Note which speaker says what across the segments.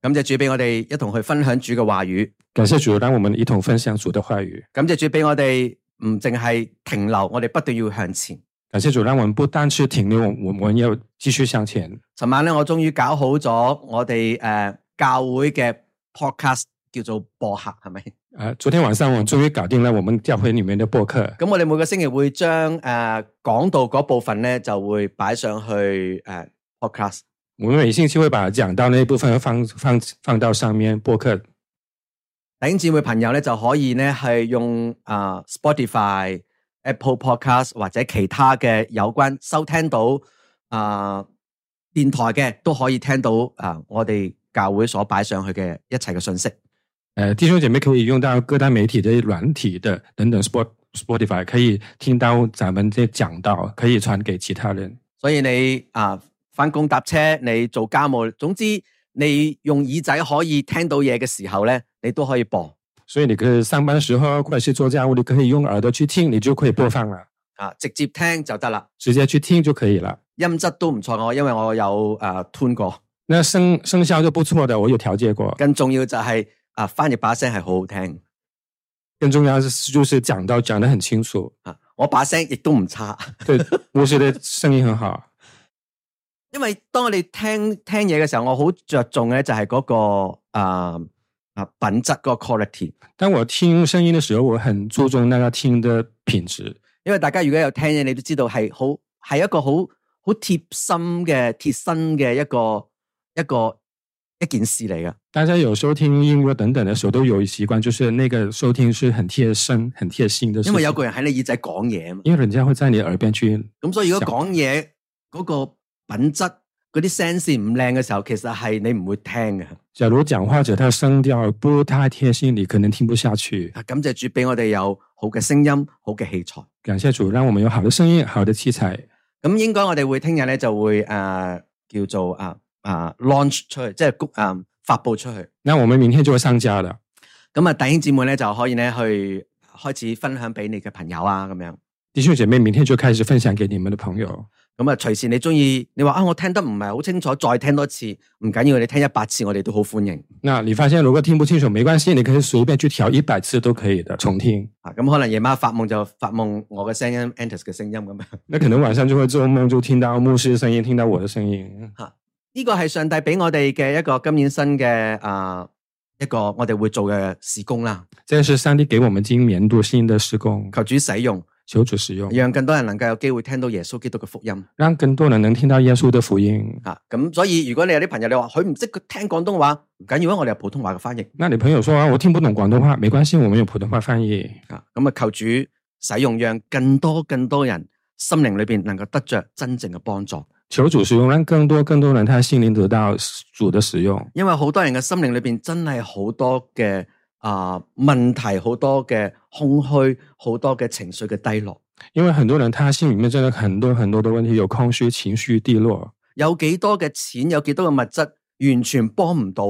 Speaker 1: 感謝主俾我哋一同去分享主嘅話語。
Speaker 2: 感谢主，让我们一同分享主的话语。
Speaker 1: 感謝主俾我哋唔淨係停留，我哋不斷要向前。
Speaker 2: 感谢主，让我们不单是停留，我们我们要继续向前。
Speaker 1: 尋晚咧，我終於搞好咗我哋诶、呃教會嘅 podcast，叫做播客，係咪？
Speaker 2: 呃，昨天晚上我终于搞定了我们教会里面的播客。
Speaker 1: 咁我哋每個星期會將诶讲到嗰部分咧，就會擺上去诶、呃 podcast。
Speaker 2: 我们每星期会把讲到那一部分放放放到上面播客。
Speaker 1: 弟兄姊妹朋友咧就可以咧係用啊、Spotify、Apple Podcast 或者其他嘅有關收聽到啊、電台嘅都可以聽到啊、我哋教會所擺上去嘅一切嘅信息。
Speaker 2: 呃，弟兄姐妹可以用到各大媒体的软体的等等 Spot Spotify 可以听到咱们这讲到，可以传给其他人。
Speaker 1: 所以你啊翻工搭車，你做家務，總之你用耳仔可以聽到嘢嘅時候咧，你都可以播
Speaker 2: 所以你可以上班时候或者是做家务，你可以用耳朵去听，你就可以播放了，
Speaker 1: 啊，直接聽就得啦。
Speaker 2: 直接去听就可以了。
Speaker 1: 音質都唔錯，我因為我有啊吞過，
Speaker 2: 那声声效就不错的，我有调节过。
Speaker 1: 更重要就係啊翻譯把聲係好好聽。
Speaker 2: 更重要是就是讲到讲得很清楚，
Speaker 1: 啊，我把聲亦都唔差，
Speaker 2: 对，牧师的声音很好。
Speaker 1: 因為當我哋聽聽嘢嘅時候，我好着重嘅就係嗰、個啊啊品質嗰個 quality。
Speaker 2: 当我听声音的时候，我很注重那个听的品质。
Speaker 1: 因為大家如果有聽嘢，你都知道係好係一個好好貼心嘅貼身嘅一個一個一件事嚟嘅。
Speaker 2: 大家有时候听音乐等等的时候，都有习惯，就是那个收听是很贴身、很贴心的事情。
Speaker 1: 因為有個人喺你耳仔講嘢啊嘛，
Speaker 2: 因为人家会在你耳边去，
Speaker 1: 咁所以如果
Speaker 2: 就
Speaker 1: 講嘢嗰個品質嗰啲聲線唔靚嘅時候，其實係你唔會聽嘅。
Speaker 2: 假如讲话者他声调不太贴心，你可能听不下去。
Speaker 1: 啊感謝主俾我哋有好嘅聲音，好嘅器材。
Speaker 2: 感谢主，让我们有好的声音、好的器材。
Speaker 1: 咁應該我哋會聽日咧就會诶、呃叫做啊啊 launch 出去，即係公诶发布出去。
Speaker 2: 那我们明天就会上架了。
Speaker 1: 咁啊，弟兄姊妹咧就可以咧去開始分享俾你嘅朋友啊，咁樣。
Speaker 2: 弟兄姐妹，明天就开始分享给你们的朋友。
Speaker 1: 咁啊，隨時你中意，你話啊，我聽得唔係好清楚，再聽多次唔緊要，你聽一百次我哋都好歡迎
Speaker 2: 那你发现如果听不清楚没关系，你可以随便去调一百次都可以的，重听。
Speaker 1: 啊。咁可能夜晚發夢就發夢我嘅聲音，Antis 嘅聲音咁樣。
Speaker 2: 那可能晚上就会做梦，就听到牧师的声音，听到我的声音。
Speaker 1: 呢個係上帝俾我哋嘅一個今年新嘅啊一個我哋會做嘅事工啦，
Speaker 2: 这是上帝给我们今年度新的施工，
Speaker 1: 求主使用，
Speaker 2: 求主使用，
Speaker 1: 讓更多人能夠有機會聽到耶穌基督嘅福音。
Speaker 2: 让更多人能听到耶稣的福音。
Speaker 1: 啊，咁所以如果你有啲朋友你話佢唔識佢聽廣東話，唔緊要啊，我哋有普通話嘅翻譯
Speaker 2: 那你朋友说、啊、我听不懂广东话，没关系，我们有普通话翻译。
Speaker 1: 啊，咁啊求主使用，讓更多更多人心靈裏边能夠得着真正嘅幫助，
Speaker 2: 求主使用，让更多更多人他心灵得到主的使用。
Speaker 1: 因為好多人嘅心靈裏边真係好多嘅啊问题，好多嘅空虛，好多嘅情緒嘅低落，
Speaker 2: 因为很多人他心里面真的很多很多的问题，有空虚、情绪低落，
Speaker 1: 有幾多嘅錢，有幾多嘅物質，完全幫唔到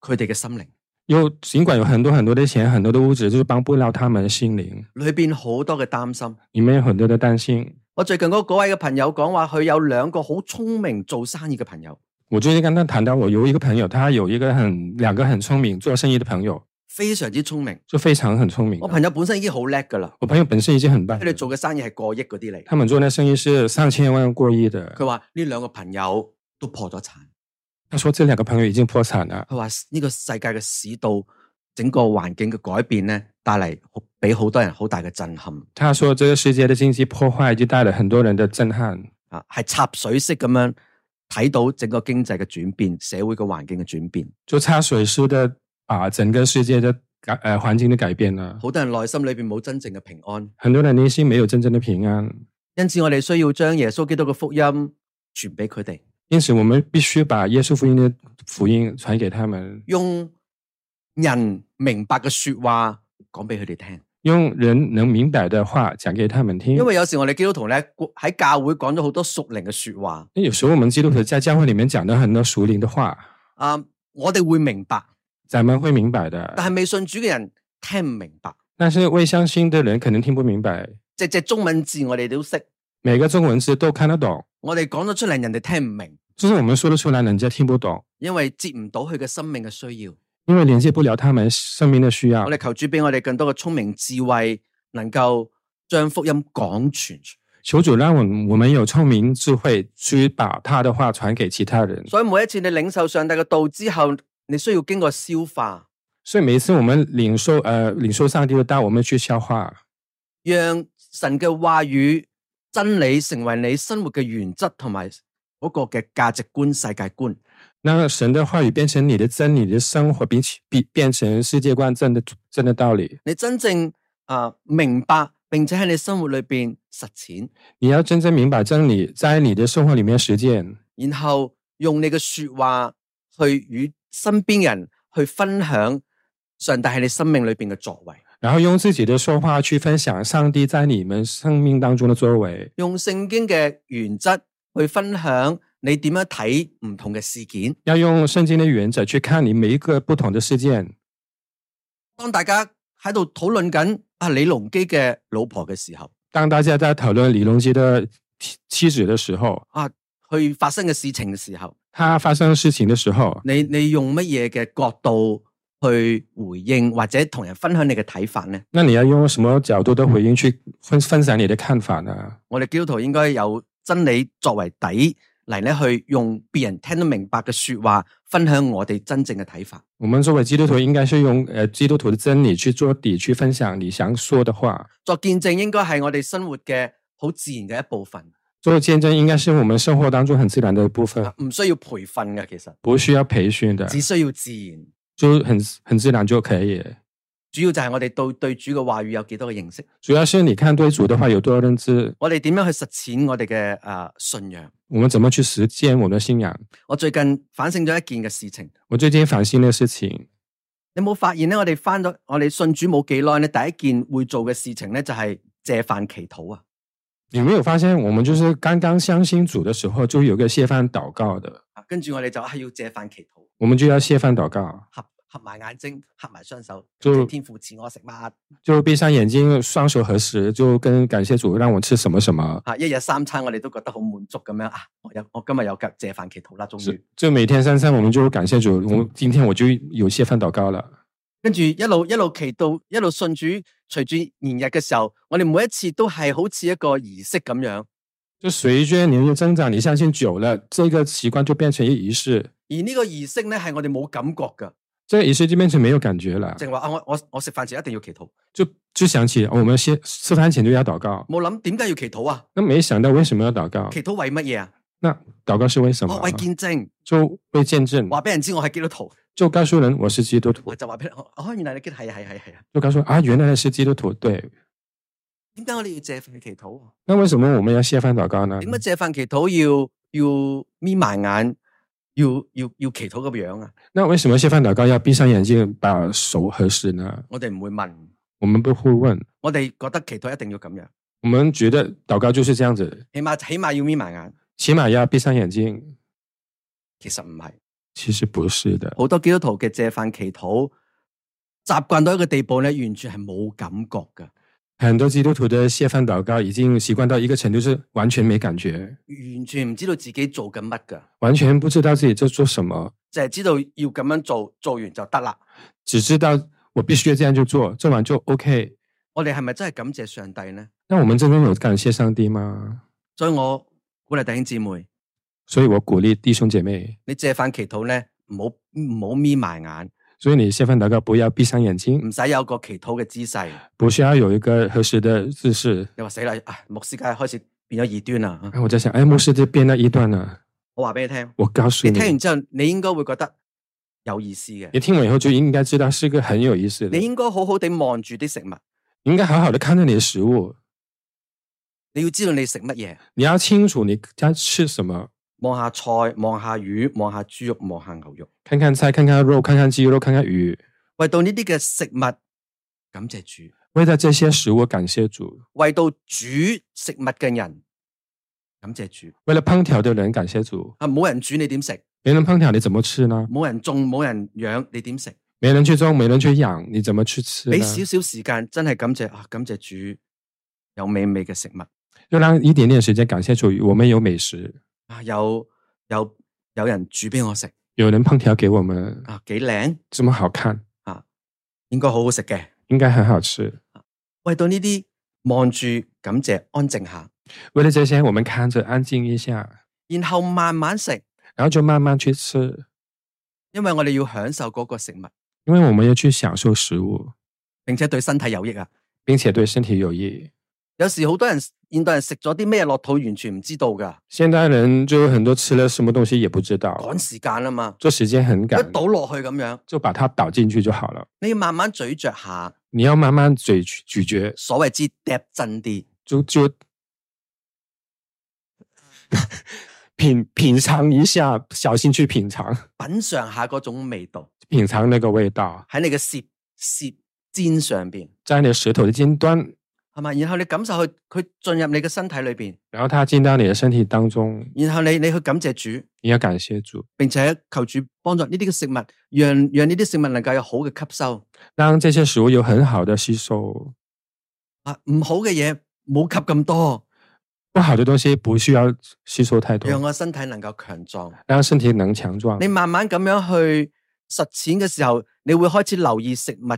Speaker 1: 佢哋嘅心靈，
Speaker 2: 又尽管有很多很多的钱、很多的物质，就是帮不了他们的心灵，
Speaker 1: 裏边好多嘅擔心。
Speaker 2: 里面有很多的担心。
Speaker 1: 我最近嗰嗰位嘅朋友講話，佢有兩個好聰明做生意嘅朋友。
Speaker 2: 我最近跟他谈到，我有一个朋友，他有一个很两个很聪明做生意的朋友，
Speaker 1: 非常之聰明。
Speaker 2: 就非常很聪明的。
Speaker 1: 我朋友本身已經好叻噶啦，
Speaker 2: 我朋友本身已经很棒
Speaker 1: 佢
Speaker 2: 了，
Speaker 1: 哋做嘅生意係過億嗰啲嚟。
Speaker 2: 他们做那生意是上千万过亿的。
Speaker 1: 佢話呢兩個朋友都破咗產。
Speaker 2: 他说这两个朋友已经破产了，
Speaker 1: 佢話呢個世界嘅市道整個環境嘅改變咧，帶嚟好俾好多人好大嘅震撼
Speaker 2: 他说这个世界的经济破坏就带来很多人的震撼，
Speaker 1: 啊，係插水式咁樣睇到整個經濟嘅轉變、社會嘅環境嘅轉變。
Speaker 2: 就插水式的把整个世界的改呃环境的改变了，
Speaker 1: 好多人內心裏边冇真正嘅平安，
Speaker 2: 很多人内心没有真正的平安，
Speaker 1: 因此我哋需要將耶穌基督嘅福音傳俾佢哋，
Speaker 2: 因此我们必须把耶稣福音的福音传给他们，
Speaker 1: 用人明白嘅说話講俾佢哋聽。
Speaker 2: 用人能明白的话讲给他们听。
Speaker 1: 因为有时我哋基督徒咧喺教会讲咗好多属灵嘅说话，
Speaker 2: 那有时候我们基督徒在教会里面讲的很多属灵的话，
Speaker 1: 啊、我哋会明白，
Speaker 2: 咱们会明白的。
Speaker 1: 但系未信主嘅人听唔明白。
Speaker 2: 但是未相信的人可能听不明白，
Speaker 1: 只只中文字我哋都识，
Speaker 2: 每个中文字都看得懂，
Speaker 1: 我哋讲咗出嚟，人哋听唔明。
Speaker 2: 就是我们说得出来，人家听不懂，
Speaker 1: 因为接唔到佢嘅生命嘅需要。
Speaker 2: 因为连接不了他们生命的需要
Speaker 1: 我。哋求主俾我哋更多嘅聪明智慧，能够将福音讲传出。
Speaker 2: 求主让我们我们有聪明智慧去把他的话传给其他人。
Speaker 1: 所以每一次你领受上帝嘅道之后，你需要经过消化，
Speaker 2: 所以每一次我们领受呃领受上帝的道，我们去消化，
Speaker 1: 让神嘅话语真理成为你生活嘅原则同埋嗰个嘅价值观、世界观。
Speaker 2: 那神的话语变成你的真理，你的生活，并且变变成世界观真的真的道理。
Speaker 1: 你真正啊、明白，并且喺你生活里边实践，
Speaker 2: 你要真正明白真理，在你的生活里面实践，
Speaker 1: 然后用你嘅说话去与身边人去分享上帝喺你生命里边嘅作为，
Speaker 2: 然后用自己的说话去分享上帝在你们生命当中的作为，
Speaker 1: 用圣经嘅原则去分享你点样睇唔同嘅事件。
Speaker 2: 要用圣经的原则去看你每一个不同的事件。
Speaker 1: 当大家喺度讨论紧啊李隆基嘅老婆嘅时候，
Speaker 2: 当大家在讨论李隆基的妻妻子的时候，
Speaker 1: 去发生嘅事情嘅时候，
Speaker 2: 他发生事情的时候，
Speaker 1: 你你用乜嘢嘅角度去回应或者同人分享你嘅睇法呢？
Speaker 2: 那你要用什么角度的回应去分分享你的看法呢？
Speaker 1: 我哋基督徒應該有真理作為底嚟咧，去用別人聽得明白嘅说話，分享我哋真正嘅睇法。
Speaker 2: 我们作为基督徒，应该是用呃基督徒的真理去做底，去分享你想说的话。
Speaker 1: 作見證應該係我哋生活嘅好自然嘅一部分，
Speaker 2: 做见证应该是我们生活当中很自然的部分
Speaker 1: 啊，唔需要培訓嘅，其實
Speaker 2: 不需要培训的，
Speaker 1: 只需要自然。
Speaker 2: 就很很自然就可以。
Speaker 1: 主要就係我哋對對主嘅話語有幾多嘅認識，
Speaker 2: 主要是你看对主的话有多少认知，
Speaker 1: 我哋點樣去實踐我哋嘅诶信仰。
Speaker 2: 我们怎么去实践我们的信仰。
Speaker 1: 我最近反省咗一件嘅事情，
Speaker 2: 我最近反省的事情，
Speaker 1: 你冇發現咧？我哋翻咗我哋信主冇幾耐咧，第一件會做嘅事情咧就係借飯祈禱啊！
Speaker 2: 你没有发现我们就是刚刚相信主的时候，就有个谢饭祷告的，
Speaker 1: 啊跟住我哋就係要借飯祈禱。
Speaker 2: 我们就要谢饭祷告，
Speaker 1: 合合埋眼睛，合埋雙手，
Speaker 2: 就
Speaker 1: 即天父賜我食乜
Speaker 2: 就闭上眼睛，双手合十，就跟感谢主让我吃什么什么。
Speaker 1: 啊！一日三餐我哋都覺得好滿足咁樣啊！我有我今日有嘅借飯祈禱啦，終於
Speaker 2: 就每天三餐，我们就感谢主，我们今天我就有谢饭祷告了。
Speaker 1: 跟住一路一路祈禱，一路信主。隨住年日嘅時候，我哋每一次都係好似一個儀式咁樣，
Speaker 2: 就随着年龄增长，你相信久了，这个习惯就变成一仪式，
Speaker 1: 而呢個儀式咧係我哋冇感覺㗎，
Speaker 2: 这个仪式就变成没有感觉了，
Speaker 1: 淨話啊我我我食飯前一定要祈禱，
Speaker 2: 就就想起哦我们先吃饭前就要祷告，
Speaker 1: 冇諗點解要祈禱啊？
Speaker 2: 那没想到为什么要祷告？
Speaker 1: 祈禱為乜嘢啊？
Speaker 2: 那祷告是为什么
Speaker 1: 我？為見證，
Speaker 2: 就为见证，
Speaker 1: 話俾人知我係基督徒，
Speaker 2: 就告诉人我是基督徒
Speaker 1: 我，就話俾人哦，原來你基督係啊係啊係啊，
Speaker 2: 就告诉人啊，原来是基督徒。对，
Speaker 1: 點解我哋要借飯祈禱啊？
Speaker 2: 那为什么我们要谢饭祷告呢？
Speaker 1: 点解借饭祈祷要要眯埋眼，要要要祈祷咁样啊？
Speaker 2: 那为什么谢饭祷告要闭上眼睛把手合十呢？
Speaker 1: 我哋唔会问，
Speaker 2: 我们不会问，
Speaker 1: 我哋觉得祈祷一定要咁样，
Speaker 2: 我们觉得祷告就是这样子，
Speaker 1: 起码起码要眯埋眼。
Speaker 2: 起码要闭上眼睛。
Speaker 1: 其实唔系，
Speaker 2: 其实不是的，
Speaker 1: 好多基督徒嘅借饭祈祷习惯到一个地步咧，完全系冇感觉噶，
Speaker 2: 很多基督徒的谢饭祷告已经习惯到一个程度，是完全没感觉，
Speaker 1: 完全唔知道自己做紧乜噶，
Speaker 2: 完全不知道自己在做什么，
Speaker 1: 就系、知道要咁样做，做完就得啦。
Speaker 2: 只知道我必须这样就做，做完就 OK。
Speaker 1: 我哋系咪真系感谢上帝呢？
Speaker 2: 那我们真的有感谢上帝吗？
Speaker 1: 所以我鼓励弟兄姊妹，
Speaker 2: 所以我鼓励弟兄姐妹，
Speaker 1: 你借饭祈祷咧，唔好唔好眯埋眼，
Speaker 2: 所以你谢饭祷告不要闭上眼睛，
Speaker 1: 唔使有个祈祷嘅姿势。
Speaker 2: 不需要有一个合适的姿势。
Speaker 1: 你話死啦！啊，牧師界開始變咗異端啦。啊
Speaker 2: 啊我在想，哎，牧师这边那一段呢，
Speaker 1: 我話俾你 聽，
Speaker 2: 我告诉
Speaker 1: 你
Speaker 2: 你，
Speaker 1: 聽完之後，你應該會覺得有意思 嘅。
Speaker 2: 你听完以后就应该知道是一个很有意思的，
Speaker 1: 你
Speaker 2: 你
Speaker 1: 應該好好地望住啲食物，
Speaker 2: 应该好好的看着你的食物，
Speaker 1: 你要知道你食乜嘢，
Speaker 2: 你要清楚你在吃什么，
Speaker 1: 望下菜，望下魚，望下豬肉，望下牛肉，
Speaker 2: 看看菜，看看肉，看看鸡肉，看看鱼。
Speaker 1: 為到呢啲嘅食物感謝主，
Speaker 2: 为了这些食物感谢主，
Speaker 1: 為到煮食物嘅人感謝主。
Speaker 2: 为了烹调的人感谢主。
Speaker 1: 啊，冇人煮你點食？
Speaker 2: 没人烹调，你怎么吃呢？
Speaker 1: 冇人種，冇人養，你點食？
Speaker 2: 没人去种，没人去养，你怎么去吃呢
Speaker 1: 俾？少少時間，真係感謝啊！感謝主有美味嘅食物。
Speaker 2: 就让一点点时间感谢主，我们有美食，
Speaker 1: 啊，有有有人煮俾我食
Speaker 2: 有人烹调给我们，
Speaker 1: 啊，幾靚，
Speaker 2: 这么好看，
Speaker 1: 應該好好食嘅。
Speaker 2: 应该很好吃。
Speaker 1: 為到呢啲望住感謝安靜下，
Speaker 2: 为了这些，我们看着安静一下，
Speaker 1: 然後慢慢食，
Speaker 2: 然后就慢慢去吃，
Speaker 1: 因為我哋要享受嗰個食物，
Speaker 2: 因为我们要去享受食物，
Speaker 1: 並且對身體有益啊。
Speaker 2: 并且对身体有益。
Speaker 1: 有時好多人現代人食咗啲咩落肚，完全唔知道㗎，
Speaker 2: 现代人就有很多吃了什么东西也不知道，
Speaker 1: 趕時間啊嘛，
Speaker 2: 这时间很赶
Speaker 1: 一，倒落去咁樣，
Speaker 2: 就把它倒进去就好了。
Speaker 1: 你要慢慢咀嚼下，
Speaker 2: 你要慢慢咀咀嚼，
Speaker 1: 所謂之嗒真啲。
Speaker 2: 就就 品品尝一下，小心去品尝，
Speaker 1: 品嘗下嗰種味道
Speaker 2: 品尝那个味道，
Speaker 1: 喺你嘅舌舌尖上邊，
Speaker 2: 在你的舌头的尖端，
Speaker 1: 係咪？然後你感受佢佢進入你嘅身體裏邊，
Speaker 2: 然后它进到你的身体当中，
Speaker 1: 然後你你去感謝主，
Speaker 2: 你要感谢主，
Speaker 1: 並且求主幫助呢啲嘅食物，讓讓呢啲食物能夠有好嘅吸收
Speaker 2: 让这些食物有很好的吸收，
Speaker 1: 啊！唔好嘅嘢冇吸咁多，
Speaker 2: 不好的东西不需要吸收太
Speaker 1: 讓
Speaker 2: 多，
Speaker 1: 我身體能夠強壯。
Speaker 2: 让身体能强壮
Speaker 1: 你。慢慢咁樣去實踐嘅時候，你會開始留意食物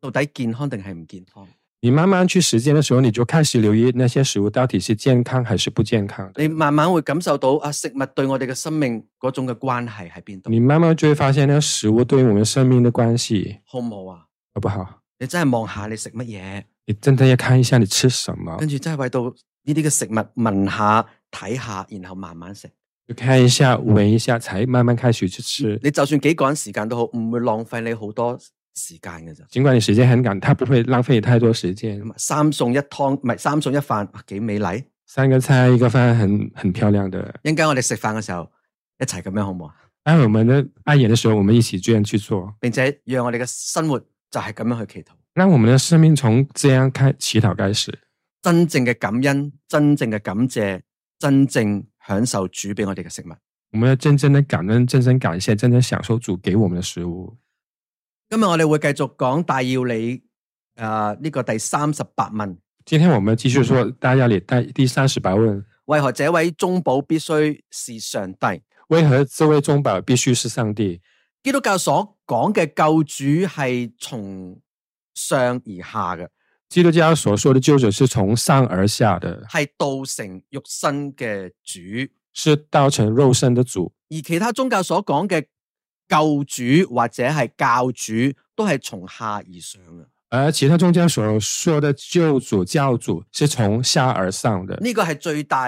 Speaker 1: 到底健康定係唔健康。
Speaker 2: 你慢慢去实践的时候，你就开始留意那些食物到底是健康还是不健康的。
Speaker 1: 你慢慢會感受到啊，食物對我哋嘅生命嗰種嘅關係喺邊度
Speaker 2: 你，慢慢就会发现，那食物对于我们生命的关系
Speaker 1: 好唔好啊？
Speaker 2: 好不好？
Speaker 1: 你真係望下你食乜嘢，
Speaker 2: 你真的要看一下你吃什么，
Speaker 1: 跟住真係為到呢啲嘅食物聞下、睇下，然後慢慢食。
Speaker 2: 就看一下、闻一下，才慢慢开始去吃。
Speaker 1: 你就算幾趕時間都好，唔會浪費你好多時間嘅咋。
Speaker 2: 尽管你时间很赶，它不会浪费太多时间。
Speaker 1: 咁啊三餸一湯，唔係三餸一飯，哇幾美麗。
Speaker 2: 三个菜一个饭很，很漂亮的。
Speaker 1: 一陣間我哋食飯嘅時候一齊咁樣好唔好啊？
Speaker 2: 待会我们的爱演的时候，我们一起这样去做，
Speaker 1: 並且讓我哋嘅生活就係咁樣去祈禱。
Speaker 2: 让我们的生命从这样开祈祷开始，
Speaker 1: 真正嘅感恩、真正嘅感謝、真正享受主俾我哋嘅食物。
Speaker 2: 我们要真正的感恩、真正感谢、真正享受主给我们的食物。
Speaker 1: 今日我哋會繼續講大要理诶呢個第三十八問，
Speaker 2: 今天我们继续说大家里带第三十八问：
Speaker 1: 為何這位中保必須是上帝？
Speaker 2: 为何这位中保必须是上帝？
Speaker 1: 基督教所講嘅救主係從上而下嘅，
Speaker 2: 基督教所说的救主是从上而下的，
Speaker 1: 係道成肉身嘅主，
Speaker 2: 是道成肉身的主。
Speaker 1: 而其他宗教所講嘅救主或者係教主都係從下而上嘅。
Speaker 2: 而其他宗教所说的救主、教主是从下而上的，
Speaker 1: 呢個係最大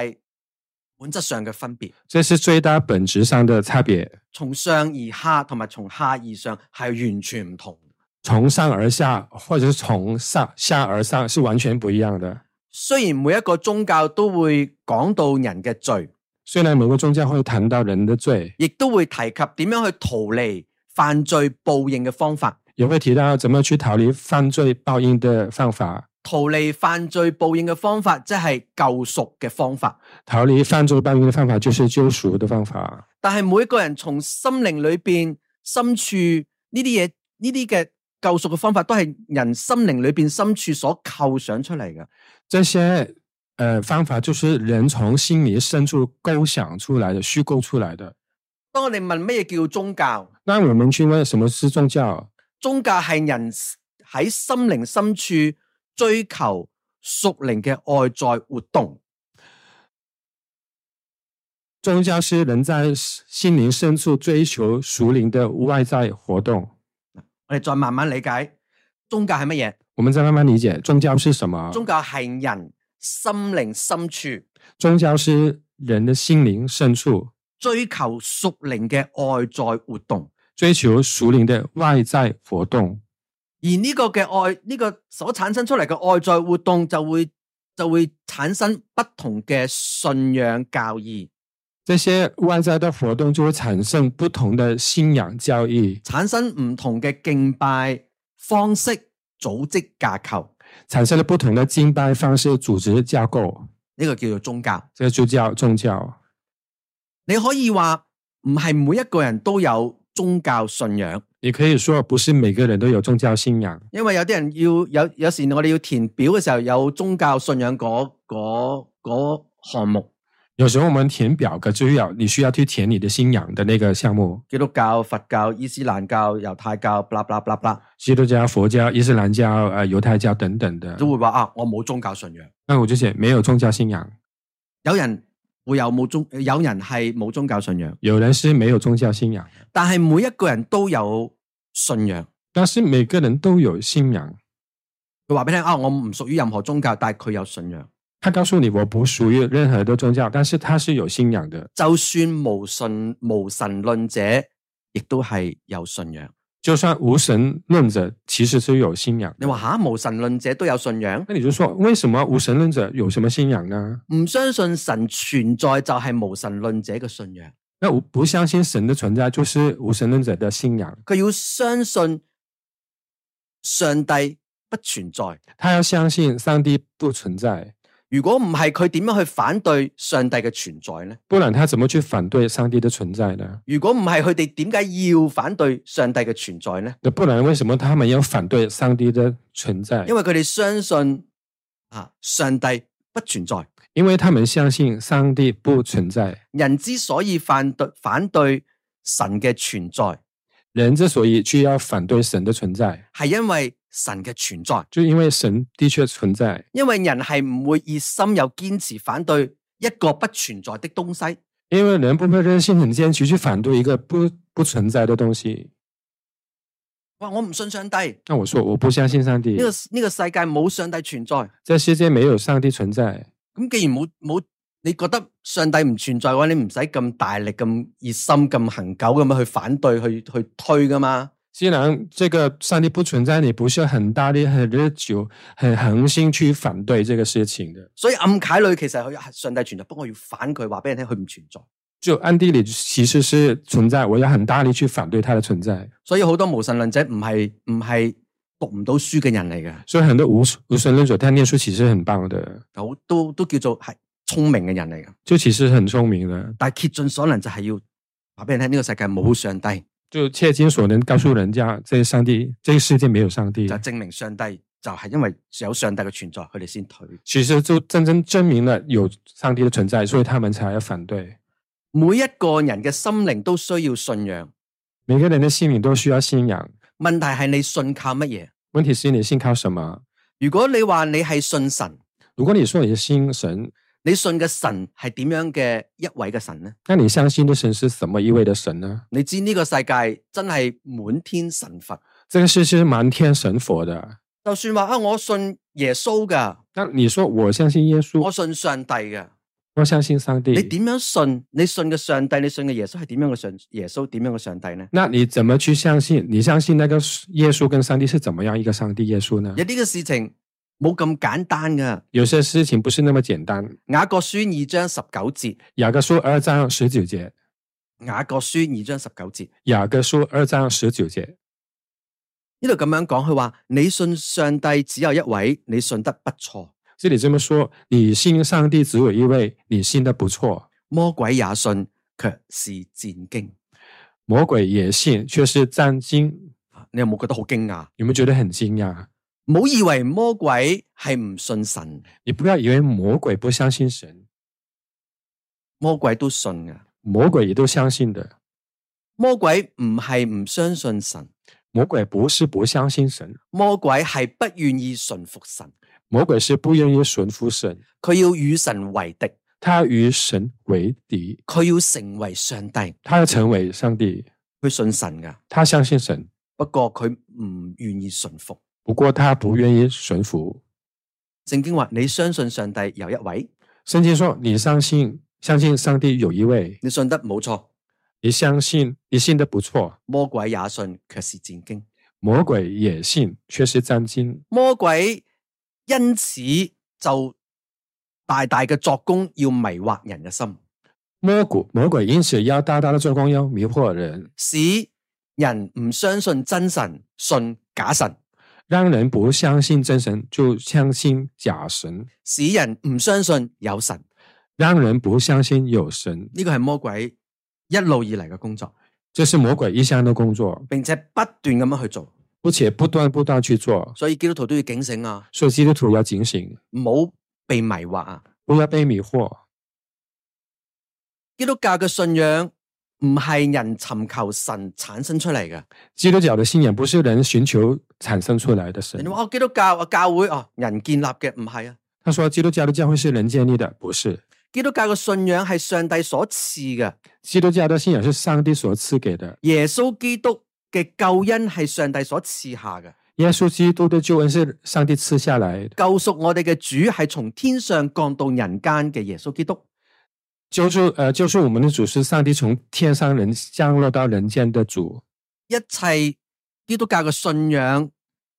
Speaker 1: 本質上嘅分別。
Speaker 2: 这是最大本质上的差别。
Speaker 1: 從上而下同埋從下而上係完全唔同。
Speaker 2: 从上而下，或者是从上下而上，是完全不一样的。
Speaker 1: 雖然每一個宗教都會講到人嘅罪，
Speaker 2: 虽然某个宗教会谈到人的罪，
Speaker 1: 亦都會提及點樣去逃離犯罪報應嘅方法。
Speaker 2: 也会提到怎么去逃离犯罪报应的方法，
Speaker 1: 逃離犯罪報應嘅方法，即係救贖嘅方法。
Speaker 2: 逃离犯罪报应的方法就是救赎的方法。
Speaker 1: 但係每個人從心靈裏邊深處呢啲嘢，呢啲嘅救贖嘅方法，都係人心靈裏邊深處所構想出嚟嘅。
Speaker 2: 这些呃方法就是人从心里深处构想出来的、虚构出来的。
Speaker 1: 當我哋問乜嘢叫宗教，
Speaker 2: 那我们去问什么是宗教？
Speaker 1: 宗教係人喺心靈深處追求屬靈嘅外在活動。
Speaker 2: 宗教是人在心灵深处追求属灵的外在活动。
Speaker 1: 我哋再慢慢理解宗教係乜嘢？
Speaker 2: 我们再慢慢理解宗教是什么。
Speaker 1: 宗教係人心靈深處
Speaker 2: 宗教是人的心灵深处
Speaker 1: 追求屬靈嘅外在活動，
Speaker 2: 追求属灵的外在活动，
Speaker 1: 而呢個嘅外呢、個所產生出嚟嘅外在活動就會就會產生不同嘅信仰教義，
Speaker 2: 这些外在的活动就会产生不同的信仰教义，
Speaker 1: 產生唔同嘅敬拜方式、組織架構，
Speaker 2: 产生了不同的敬拜方式、组织架构，
Speaker 1: 呢、個叫做宗教。
Speaker 2: 这就叫宗教。
Speaker 1: 你可以話唔係每一個人都有宗教信仰，
Speaker 2: 也可以说，不是每个人都有宗教信仰。
Speaker 1: 因為有啲人要有有時我哋要填表嘅時候有宗教信仰嗰嗰嗰項目，
Speaker 2: 有时候我们填表格就要你需要去填你的信仰的那个项目，
Speaker 1: 基督教、佛教、伊斯蘭教、猶太教，blah blah blah blah，
Speaker 2: 基督教、佛教、伊斯兰教、呃犹太教等等的。
Speaker 1: 都會話啊，我冇宗教信仰。
Speaker 2: 那我就写没有宗教信仰，
Speaker 1: 有人會有冇宗，有人係冇宗教信仰，
Speaker 2: 有人是没有宗教信仰，
Speaker 1: 但係每一個人都有信仰。
Speaker 2: 但是每个人都有信仰。
Speaker 1: 佢話俾你聽啊，我唔屬於任何宗教，但係佢有信仰。
Speaker 2: 他告诉你我不属于任何的宗教，但是他是有信仰的。
Speaker 1: 就算無信無神論者，亦都係有信仰。
Speaker 2: 就算无神论者，其实是有信仰
Speaker 1: 你
Speaker 2: 的。
Speaker 1: 話吓無神論者都有信仰？
Speaker 2: 那你就说，为什么无神论者有什么信仰呢？
Speaker 1: 唔相信神存在就係無神論者嘅信仰。
Speaker 2: 那我不相信神的存在，就是无神论者的信仰。
Speaker 1: 佢要相信上帝不存在。
Speaker 2: 他要相信上帝不存在，
Speaker 1: 如果唔係，佢點樣去反對上帝嘅存在呢？
Speaker 2: 不然他怎么去反对上帝的存在呢？
Speaker 1: 如果唔係，佢哋點解要反對上帝嘅存在呢？
Speaker 2: 那不然为什么他们要反对上帝的存在？
Speaker 1: 因為佢哋相信啊，上帝不存在。
Speaker 2: 因为他们相信上帝不存在。
Speaker 1: 人之所以反對反對神嘅存在，
Speaker 2: 人之所以去要反对神的存在，
Speaker 1: 係因為神嘅存在，
Speaker 2: 就因为神的确存在。
Speaker 1: 因為人係唔會熱心又堅持反對一個不存在的東西。
Speaker 2: 因为人不会任性很坚持去反对一个不不存在的东西。
Speaker 1: 哇！我唔信上帝，呢、
Speaker 2: 那我说我不相信上帝
Speaker 1: 個，呢、個世界冇上帝存在。
Speaker 2: 这世界没有上帝存在。
Speaker 1: 咁既然冇冇，你覺得上帝唔存在嘅話，你唔使咁大力、咁熱心、咁恒久咁樣去反對、去去推噶嘛。
Speaker 2: 既然这个上帝不存在，你不是很大力、很热久、很恒心去反对这个事情的。
Speaker 1: 所以暗解裏其實佢啊上帝存在，不過我要反佢，話俾人聽佢唔存在。
Speaker 2: 就暗地里其实是存在，我要很大力去反对它的存在。
Speaker 1: 所以好多無神論者唔係唔係讀唔到書嘅人嚟嘅，
Speaker 2: 所以很多无无神论者，他念书其实很棒的，
Speaker 1: 好都都叫做係聰明嘅人嚟嘅。
Speaker 2: 就其实很聪明的，
Speaker 1: 但係竭盡所能就係要話俾人聽，呢、個世界冇上帝，
Speaker 2: 就切尽所能告诉人家，这上帝这个世界没有上帝
Speaker 1: 就。證明上帝就係因為有上帝嘅存在，佢哋先退。
Speaker 2: 其实就真正证明了有上帝的存在，所以他们才要反对。
Speaker 1: 每一個人嘅心靈都需要信仰。
Speaker 2: 每个人的心灵都需要信仰，
Speaker 1: 问题系你信靠乜嘢？
Speaker 2: 问题是你信靠什么？
Speaker 1: 如果你话你系信神，
Speaker 2: 如果你说你是信神，
Speaker 1: 你信嘅神系点样嘅一位嘅神呢？
Speaker 2: 那你相信的神是什么一位的神呢？
Speaker 1: 你知呢个世界真系满天神佛，
Speaker 2: 这个事是瞒天神佛的。
Speaker 1: 就算话啊，我信耶稣噶，
Speaker 2: 那你说我相信耶稣
Speaker 1: 我，信上帝嘅，
Speaker 2: 我相信上
Speaker 1: 哦你
Speaker 2: 帝，
Speaker 1: 点样信？你信嘅上帝，你信嘅耶稣系点样嘅上耶稣？点样嘅上帝呢？
Speaker 2: 那你怎么去相信？你相信那个耶稣跟上帝是怎么样一个上帝耶稣呢
Speaker 1: 有？啲嘅事情冇咁简单噶。
Speaker 2: 有些事情不是那么简单。
Speaker 1: 雅各书二章十九节，
Speaker 2: 雅各书二章十九节，
Speaker 1: 雅各书二章十九节
Speaker 2: 雅各书二章十九节，
Speaker 1: 呢度咁样讲，佢话你信上帝只有一位，你信得不错。
Speaker 2: 这里这么说：你信上帝只有一位，你信的不错；
Speaker 1: 魔鬼也信，却是戰驚。
Speaker 2: 魔鬼也信，却是战惊。
Speaker 1: 你有冇覺得好驚訝？
Speaker 2: 你们觉得很惊讶？
Speaker 1: 唔好以為魔鬼係唔信神，
Speaker 2: 你不要以为魔鬼不相信神，
Speaker 1: 魔鬼都信噶。
Speaker 2: 魔鬼也都相信的。
Speaker 1: 魔鬼唔係唔相信神，
Speaker 2: 魔鬼不是不相信神，
Speaker 1: 魔鬼係不願意順服神，
Speaker 2: 魔鬼是不愿意顺服神，
Speaker 1: 佢要與神為敵，
Speaker 2: 他与神为敌，
Speaker 1: 佢要成為上帝，
Speaker 2: 他要成为上帝，
Speaker 1: 佢信神噶。
Speaker 2: 他相信神，
Speaker 1: 不過佢唔願意順服。
Speaker 2: 不过他不愿意顺服。
Speaker 1: 聖經話：你相信上帝有一位，
Speaker 2: 圣经说：“你相信，相信上帝有一位，
Speaker 1: 你信得冇錯。
Speaker 2: 你相信，你信的不错。
Speaker 1: 魔鬼也信，卻是戰驚。
Speaker 2: 魔鬼也信，却是战惊。
Speaker 1: 魔鬼因此就大大嘅作工，要迷惑人嘅心，
Speaker 2: 魔鬼魔鬼因此要大大的做工，要迷惑人，
Speaker 1: 使人唔相信真神，信假神；
Speaker 2: 让人不相信真神，就相信假神；
Speaker 1: 使人唔相信有神。
Speaker 2: 让人不相信有神，
Speaker 1: 呢个系魔鬼一路以嚟嘅工作，
Speaker 2: 这是魔鬼一向的工作，
Speaker 1: 并且不断咁样去做。
Speaker 2: 而且不断不断去做。
Speaker 1: 所以基督徒都要警醒啊，
Speaker 2: 所以基督徒要警醒，
Speaker 1: 唔好被迷惑啊！
Speaker 2: 不要被迷惑。
Speaker 1: 基督教嘅信仰唔係人尋求神產生出嚟嘅。
Speaker 2: 基督教的信仰不是人寻求产生出来的神
Speaker 1: 你。話哦，基督教啊教會哦人建立嘅，唔係啊。
Speaker 2: 他说，基督教的教会是人建立的，不是。
Speaker 1: 基督教嘅信仰係上帝所賜嘅，
Speaker 2: 基督教的信仰是上帝所赐给的，
Speaker 1: 耶穌基督嘅救恩係上帝所賜下嘅，
Speaker 2: 耶稣基督的救恩是上帝赐下来的，
Speaker 1: 救贖我哋嘅主係從天上降到人間嘅耶穌基督。
Speaker 2: 救赎呃救赎我们的主是上帝从天上人降落到人间的主，
Speaker 1: 一切基督教嘅信仰、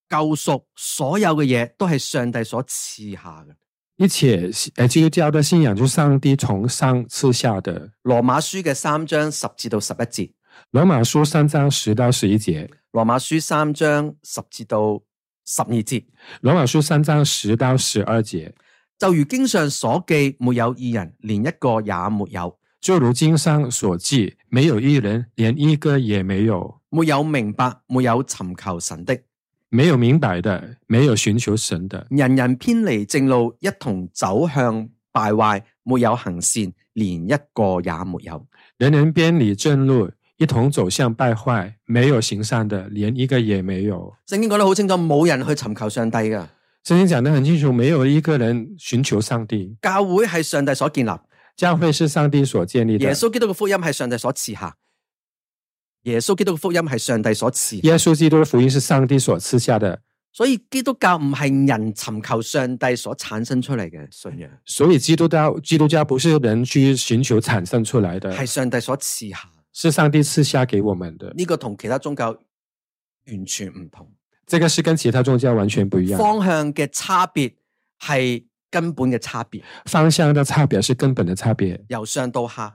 Speaker 1: 救赎，所有嘅嘢都系上帝所赐下嘅。
Speaker 2: 一切呃基督教的信仰就是上帝从上赐下的。
Speaker 1: 罗马书嘅三章十至到十一节，
Speaker 2: 罗马书三章十到十一节，
Speaker 1: 罗马书三章十至到十二节，
Speaker 2: 罗马书三章十到十二节，
Speaker 1: 就如经上所记，没有二人，连一个也没有；
Speaker 2: 就如经上所记，没有一人，连一个也没有，
Speaker 1: 没有明白，没有寻求神的，
Speaker 2: 没有明白的，没有寻求神的，
Speaker 1: 人人偏离正路，一同走向败坏，没有行善，连一个也没有。
Speaker 2: 人人偏离正路，一同走向败坏，没有行善的，连一个也没有。
Speaker 1: 圣经讲得好清楚，冇人去寻求上帝噶，
Speaker 2: 圣经讲得很清楚，没有一个人寻求上帝。
Speaker 1: 教会系上帝所建立。
Speaker 2: 教会是上帝所建立的，
Speaker 1: 耶稣基督嘅福音系上帝所赐下，耶稣基督嘅福音系上帝所赐，
Speaker 2: 耶稣基督的福音是上帝所赐下的，
Speaker 1: 所以基督教唔系人尋求上帝所產生出嚟嘅信仰，
Speaker 2: 所以基督教基督教不是人去寻求产生出来的，
Speaker 1: 係上帝所賜下。
Speaker 2: 是上帝赐下给我们的。
Speaker 1: 呢、個同其他宗教完全唔同，
Speaker 2: 这个是跟其他宗教完全不一样，
Speaker 1: 方向嘅差別係根本嘅差別，
Speaker 2: 方向的差别是根本的差别，
Speaker 1: 由上到下，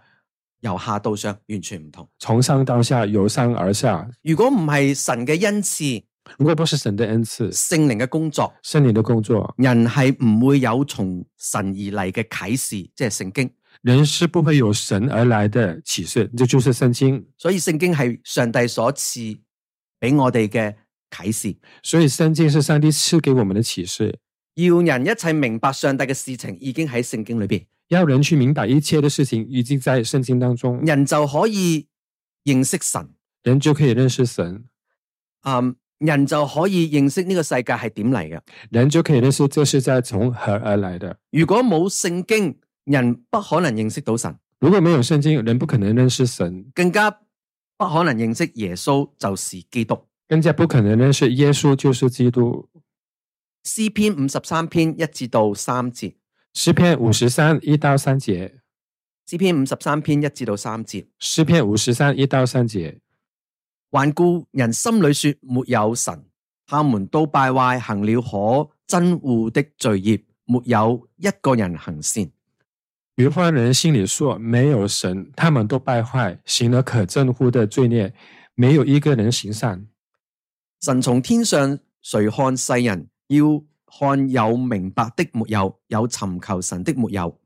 Speaker 1: 由下到上，完全唔同。
Speaker 2: 从上到下，由上而下。
Speaker 1: 如果唔係神嘅恩賜、
Speaker 2: 如果不是神的恩赐，
Speaker 1: 聖靈嘅工作，
Speaker 2: 圣灵的工作，
Speaker 1: 人係唔會有從神而嚟嘅啟示，即係聖經。
Speaker 2: 人是不会有神而来的启示，这就是圣经。
Speaker 1: 所以圣经系上帝所赐俾我哋嘅启示，
Speaker 2: 所以圣经是上帝赐给我们的启示，
Speaker 1: 要人一切明白上帝嘅事情已经喺圣经里边，
Speaker 2: 要人去明白一切的事情已经在圣经当中，
Speaker 1: 人就可以认识神，
Speaker 2: 人就可以认识神，
Speaker 1: 嗯，人就可以认识呢个世界系点嚟嘅。
Speaker 2: 人就可以认识这是在从何而来的。
Speaker 1: 如果冇圣经，人不可能认识到神，
Speaker 2: 如果没有圣经，人不可能认识神，
Speaker 1: 更加不可能认识耶稣就是基督。
Speaker 2: 更加不可能认识耶稣就是基督。
Speaker 1: 诗篇五十三篇一至到三节，
Speaker 2: 诗篇五十三一到三节，
Speaker 1: 诗篇五十三篇一至到三节。
Speaker 2: 诗篇五十三一到三节，
Speaker 3: 顽固人心里说没有神，他们都败坏，行了可憎恶的罪孽，没有一个人行善。
Speaker 2: 愚坏人心里说没有神，他们都败坏，行了可憎乎的罪孽，没有一个人行善。
Speaker 3: 神从天上垂看世人，要看有明白的没有，有寻求神的没有。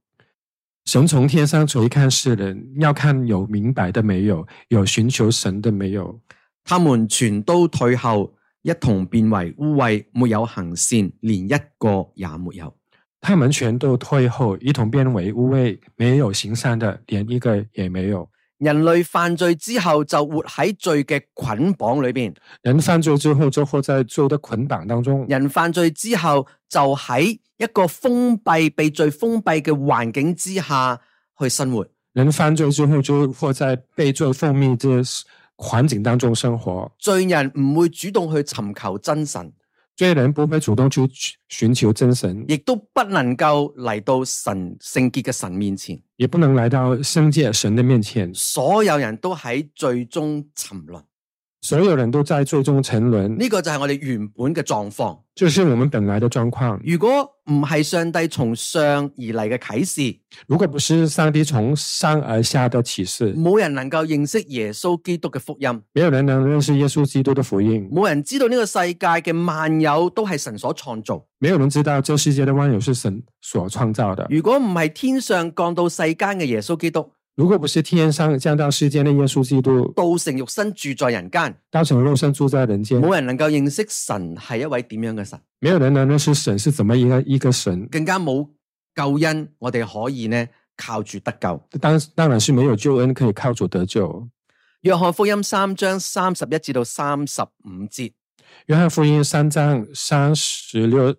Speaker 2: 神从天上垂看世人，要看有明白的没有，有寻求神的没有。
Speaker 3: 他们全都退后，一同变为污秽，没有行善，连一个也没有。
Speaker 2: 他们全都退后，一同变为污秽，没有行善的，连一个也没有。
Speaker 3: 人类犯罪之后就活喺罪嘅捆绑里边，
Speaker 2: 人犯罪之后，就活在罪的捆绑当中。
Speaker 3: 人犯罪之後就喺一個封閉、被罪封閉嘅環境之下去生活。
Speaker 2: 人犯罪之后，就活在被罪奉命的环境当中生活。
Speaker 3: 罪人唔會主動去尋求真神，
Speaker 2: 罪人不会主动去寻求真神，
Speaker 3: 亦都不能夠嚟到神聖潔嘅神面前。
Speaker 2: 也不能来到圣界神的面前。
Speaker 3: 所有人都喺最終沉淪，呢、
Speaker 2: 所有人都在最终沉沦，
Speaker 3: 個就係我哋原本嘅狀況。
Speaker 2: 这是我们本来的状况。
Speaker 3: 如果唔係上帝從上而嚟嘅啟示，
Speaker 2: 如果不是上帝从上而下的启示，
Speaker 1: Mm
Speaker 3: 冇人能夠認識耶穌基督嘅福音，
Speaker 2: 没有人能认识耶稣基督的福音，
Speaker 3: 冇人知道呢個世界嘅萬有都係神所創造。
Speaker 2: 没有人知道这世界的万有是神所创造的。
Speaker 3: 如果唔系天上降到世间嘅耶稣基督，
Speaker 2: 如果不是天上降到世间的耶稣基督，
Speaker 3: 道成肉身住在人间，
Speaker 2: 道成肉身住在人间，
Speaker 3: 冇人能够认识神系一位点样嘅神，
Speaker 2: 没有人能认识神是怎么一个一个神，
Speaker 3: 更加冇救恩，我哋可以呢
Speaker 1: 靠住得救。
Speaker 2: 当当然是没有救恩可以靠主得救。
Speaker 1: 約翰福音三章三十一至到三十五節，
Speaker 2: 约翰福音三章三十六、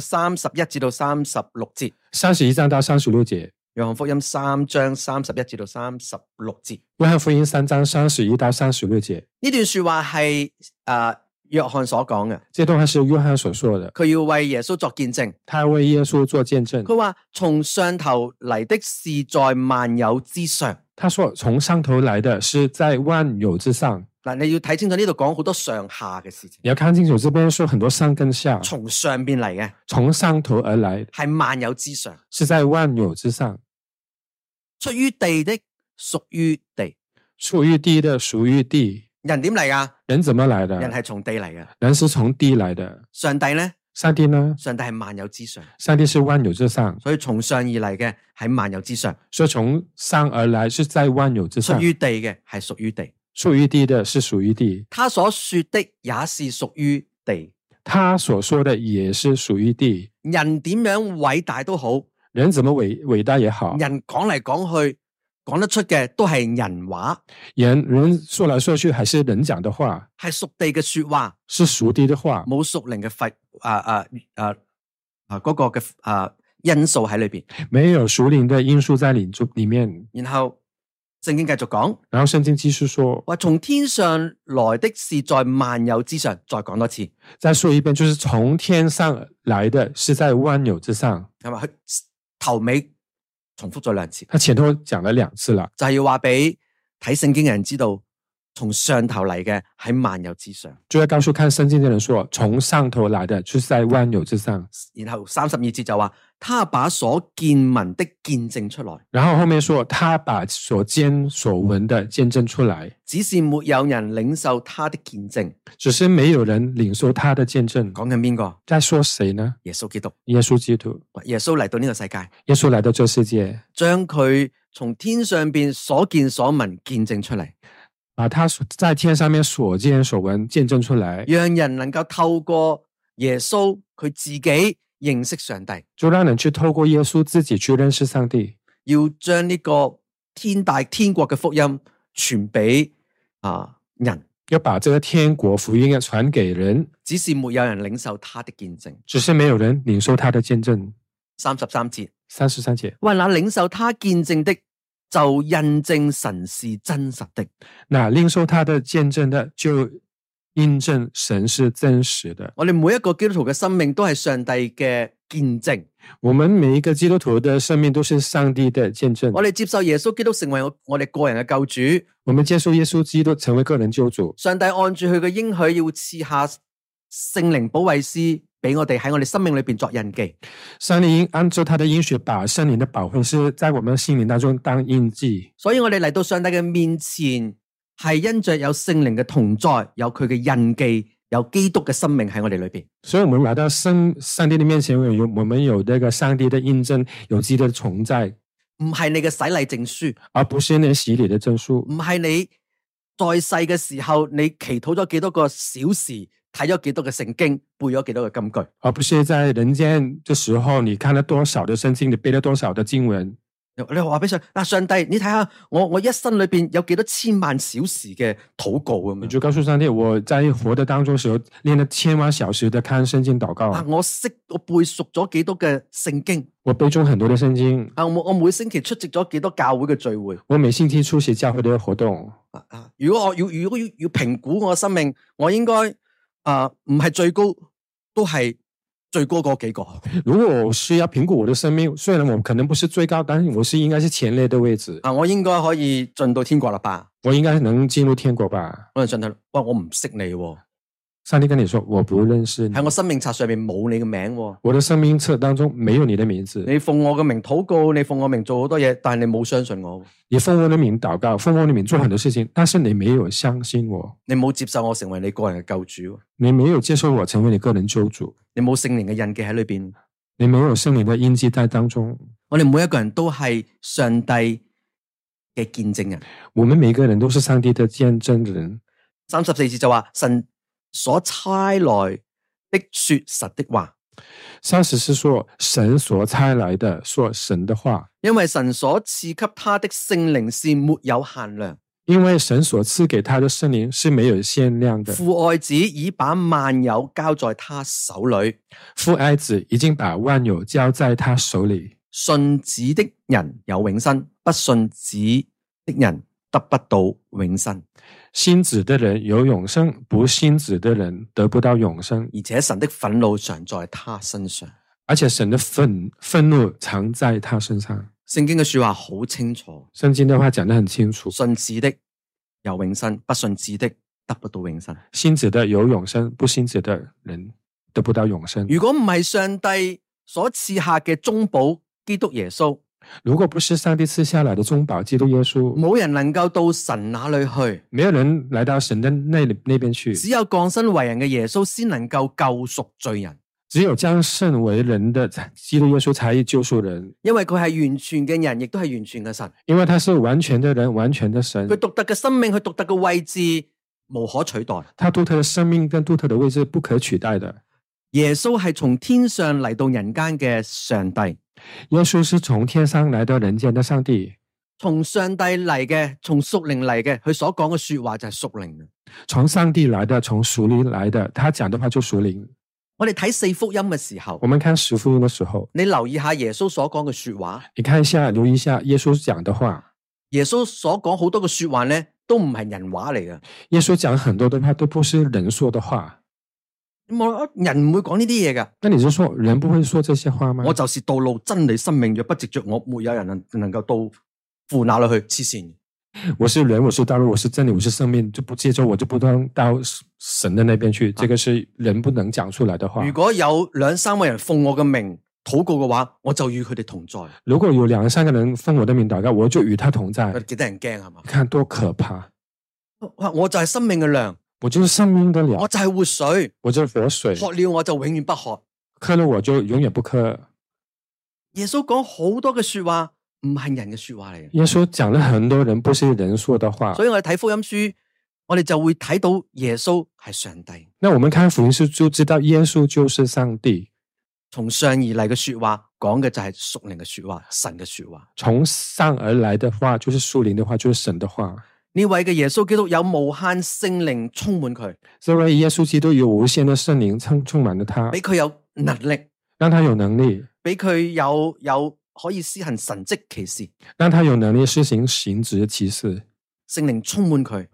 Speaker 1: 三十一至到三十六節。
Speaker 2: 三十一章到三十六节，
Speaker 1: 約翰福音三章三十一至到三十六節。
Speaker 2: 约翰福音三章三十一到三十六节，
Speaker 1: 呢段说話係诶约翰所講嘅，
Speaker 2: 这段话是约翰所说的，
Speaker 1: 佢要為耶穌作見證。
Speaker 2: 他为耶稣做见证。
Speaker 1: 佢話從上頭嚟的是在萬有之上。
Speaker 2: 他说：“从上头来的是在万有之上。
Speaker 1: 嗱，你要睇清楚呢度講好多上下嘅事情”，
Speaker 2: 你要看清楚，这边说很多上跟下，
Speaker 1: 從上邊嚟嘅
Speaker 2: 从上头而来，
Speaker 1: 係萬有之上，
Speaker 2: 是在万有之上。
Speaker 1: 出於地的屬於地。
Speaker 2: 属于地的属于地，
Speaker 1: 人點嚟噶？
Speaker 2: 人怎么来的？
Speaker 1: 人係從地嚟嘅。
Speaker 2: 人是从地来的。
Speaker 1: 上帝呢？
Speaker 2: 上帝呢？
Speaker 1: 上帝係萬有之上，
Speaker 2: 上帝是万有之上，
Speaker 1: 所以從上而嚟嘅係萬有之上，
Speaker 2: 所以從上而来是在万有之
Speaker 1: 屬
Speaker 2: 上。
Speaker 1: 於地嘅係屬於地。
Speaker 2: 属于地的是属于地，
Speaker 1: 他所說的也是屬於地。
Speaker 2: 他所说的也是属于地。
Speaker 1: 人點樣偉大都好，
Speaker 2: 人怎么伟伟大也好，
Speaker 1: 人講嚟講去講得出嘅都係人話，
Speaker 2: 人人说来说去还是人讲的话，
Speaker 1: 係屬地嘅说話，
Speaker 2: 是属地的话，
Speaker 1: 冇屬靈嘅佛啊啊啊啊嗰個嘅啊因素喺裏边。
Speaker 2: 没有属灵的因素在里中里面。
Speaker 1: 然後聖經繼續講
Speaker 2: 然后圣经继续说，
Speaker 1: 話從天上來的是在萬有之上。再講多次，
Speaker 2: 再说一遍，就是从天上来的是在万有之上。
Speaker 1: 係咪？佢頭尾重複咗兩次。
Speaker 2: 他前头讲了两次了，
Speaker 1: 就係要話俾睇聖經嘅人知道，從上頭嚟嘅喺萬有之上。
Speaker 2: 就要告诉看圣经的人说，从上头来的就是在万有之上。
Speaker 1: 然後三十二節就話，他把所見聞的見證出來，
Speaker 2: 然后后面说，他把所见所闻的见证出来，
Speaker 1: 只是沒有人領受他的見證。
Speaker 2: 只是没有人领受他的见证。
Speaker 1: 講緊邊個？
Speaker 2: 在说谁呢？
Speaker 1: 耶穌基督。
Speaker 2: 耶稣基督，
Speaker 1: 耶穌嚟到呢個世界，
Speaker 2: 耶稣来到这世界，
Speaker 1: 將佢從天上邊所見所聞見證出嚟，
Speaker 2: 把他所在天上面所见所闻见证出来，
Speaker 1: 讓人能夠透過耶穌佢自己認識上帝，
Speaker 2: 就让人去透过耶稣自己去认识上帝，
Speaker 1: 要將呢個天大天國嘅福音傳俾啊人。
Speaker 2: 要把这个天国福音要传给人。
Speaker 1: 只是没有人领受他的见证。
Speaker 2: 只是没有人领受他的见证。
Speaker 1: 三十三节，
Speaker 2: 三十三节，
Speaker 1: 为那领受他见证的，就印证神是真实的。
Speaker 2: 那领受他的见证的，就印证神是真实的。
Speaker 1: 我哋每一个基督徒嘅生命都系上帝嘅见证。
Speaker 2: 我们每一个基督徒的生命都是上帝的见证。
Speaker 1: 我哋接受耶稣基督成为我我哋个人嘅救主，
Speaker 2: 我们接受耶稣基督成为个人救主，
Speaker 1: 上帝按住佢嘅应许，要赐下圣灵保惠师俾我哋喺我哋生命里边作印记。
Speaker 2: 圣灵按照他的应许，把圣灵的保惠师在我们心灵当中当印记。
Speaker 1: 所以我哋嚟到上帝嘅面前，系因着有圣灵嘅同在，有佢嘅印记，有基督嘅生命喺我哋里边。
Speaker 2: 所以，我们来到圣上帝的面前，我们有我们有这个上帝的印证，有基督的存在，
Speaker 1: 唔系你嘅洗礼证书，
Speaker 2: 而不是那洗礼的证书。
Speaker 1: 唔系你在世嘅时候，你祈祷咗几多个小时，睇咗几多嘅圣经，背咗几多嘅金句，
Speaker 2: 而不是在人间的时候，你看了多少的圣经，你背了多少的经文。
Speaker 1: 你话俾上嗱上帝，你睇下我我一生里边有几多千万小时嘅祷告咁
Speaker 2: 你
Speaker 1: 样
Speaker 2: 就告诉上帝，我在活的当中时候练了千万小时的看圣经祷告，
Speaker 1: 啊！我识我背熟咗几多嘅圣经
Speaker 2: 我背诵很多的圣经，
Speaker 1: 啊！我每我每星期出席咗几多教会嘅聚会
Speaker 2: 我每星期出席教会的活动。
Speaker 1: 啊啊！如果我要如果要要评估我嘅生命，我应该啊唔系最高，都系最高嗰几个。
Speaker 2: 如果我是要评估我的生命，虽然我可能不是最高，但是我是应该是前列的位置，
Speaker 1: 啊，我應該可以進到天國啦吧？
Speaker 2: 我应该能进入天国吧？
Speaker 1: 可能上帝，喂，我唔識你喎、
Speaker 2: 上帝跟你说，我不认识你
Speaker 1: 喺，我生命冊上面冇你嘅名、喎。
Speaker 2: 我的生命册当中没有你的名字。
Speaker 1: 你奉我嘅名禱告，你奉我名做好多嘢，但係你冇相信我喎，
Speaker 2: 你奉我的名祷告，奉我的名做很多事情，但是你没有相信我，
Speaker 1: 你冇接受我成為你個人嘅救主喎，
Speaker 2: 你没有接受我成为你个人救主。
Speaker 1: 你冇聖靈嘅印記喺裏邊。
Speaker 2: 你没有圣灵的印记在当中。
Speaker 1: 我哋每一個人都係上帝嘅見證人。
Speaker 2: 我们每个人都是上帝的见证人。
Speaker 1: 三十四節就話神所差來的說實的話，
Speaker 2: 三十是说神所差来的，说神的话，
Speaker 1: 因为神所赐给他的圣灵是没有限量。
Speaker 2: 因为神所赐给他的圣灵是没有限量的。
Speaker 1: 父爱子已把万有交在他手里，
Speaker 2: 父爱子已经把万有交在他手里。
Speaker 1: 信子的人有永生，不信子的人得不到永生。
Speaker 2: 信子的人有永生，不信子的人得不到永生。
Speaker 1: 而且神的愤怒常在他身上。
Speaker 2: 而且神的愤愤怒藏在他身上。
Speaker 1: 圣经嘅说话好清楚，
Speaker 2: 圣经的话讲得很清楚：
Speaker 1: 信子的有永生，不信子的得不到永生。
Speaker 2: 信子的有永生，不信子的人得不到永生。
Speaker 1: 如果唔系上帝所赐下嘅中保基督耶稣，
Speaker 2: 如果不是上帝赐下来的中保基督耶稣，
Speaker 1: 冇人能够到神那里去，
Speaker 2: 没有人来到神的那里那边去。
Speaker 1: 只有降身为人嘅耶稣先能够救赎罪人，
Speaker 2: 只有将圣为人的基督耶稣才救赎人，
Speaker 1: 因为佢系完全嘅人，亦都系完全嘅神。
Speaker 2: 因为他是完全的人，完全的神
Speaker 1: 佢。独特嘅生命，佢独特嘅位置无可取代。
Speaker 2: 他独特的生命跟独特的位置不可取代的。
Speaker 1: 耶稣系从天上嚟到人间嘅上帝，
Speaker 2: 耶稣是从天上来到人间的上帝，
Speaker 1: 从上帝嚟嘅，从属灵嚟嘅，佢所讲嘅说话就系属灵嘅。
Speaker 2: 从上帝来的，从属灵来的。他讲的话就属灵。
Speaker 1: 我哋睇四福音嘅时候
Speaker 2: 我，们看十福音的时候，
Speaker 1: 你留意下耶稣所讲嘅说话，
Speaker 2: 你看一下，留意一下耶稣讲的话。
Speaker 1: 耶稣所讲好多嘅说话咧，都唔系人话嚟嘅。
Speaker 2: 耶稣讲很多的话都不是人说的话，
Speaker 1: 咁我諗人唔会讲呢啲嘢噶。
Speaker 2: 那你就说人不会说这些话吗
Speaker 1: 我？就是道路、真理、生命，若不藉着我，没有人能能够到父那里去。黐线，
Speaker 2: 我是人，我是道路，我是真理，我是生命，就不接着我就不能到神的那边去。这个是人不能讲出来的话
Speaker 1: 如。果有两三个人奉我嘅名祷告嘅话，我就与佢哋同在。
Speaker 2: 如果有两三个人奉我的名祷告，我就与他同在
Speaker 1: 佢，哋几得人惊系嘛
Speaker 2: 你？看多可怕！
Speaker 1: 哇我就系生命嘅粮，
Speaker 2: 我就是生命的
Speaker 1: 我
Speaker 2: 粮，
Speaker 1: 就系活水，
Speaker 2: 我就是活水，
Speaker 1: 渴了我就永远不渴。
Speaker 2: 渴了我就永远不渴。
Speaker 1: 耶稣讲好多嘅说话，唔系人嘅说话嚟嘅。
Speaker 2: 耶稣讲了很多人不是人说的话
Speaker 1: 所，以我哋睇福音书，我哋就会睇到耶稣系上帝，
Speaker 2: 那我们看福音书就知道耶稣就是上帝。
Speaker 1: 从上而嚟嘅说话讲嘅就系属灵嘅说话、神嘅说话。
Speaker 2: 从上而来的话，就是树林的话，就是神的话。
Speaker 1: 呢位嘅耶稣基督有无限圣灵充满佢，
Speaker 2: 这位耶稣基督有无限的圣灵充充满了他
Speaker 1: 俾，佢有能力，
Speaker 2: 让他有能力，
Speaker 1: 俾佢有有可以施行神迹奇事，
Speaker 2: 让他有能力施行行职奇事。
Speaker 1: 圣灵充满佢，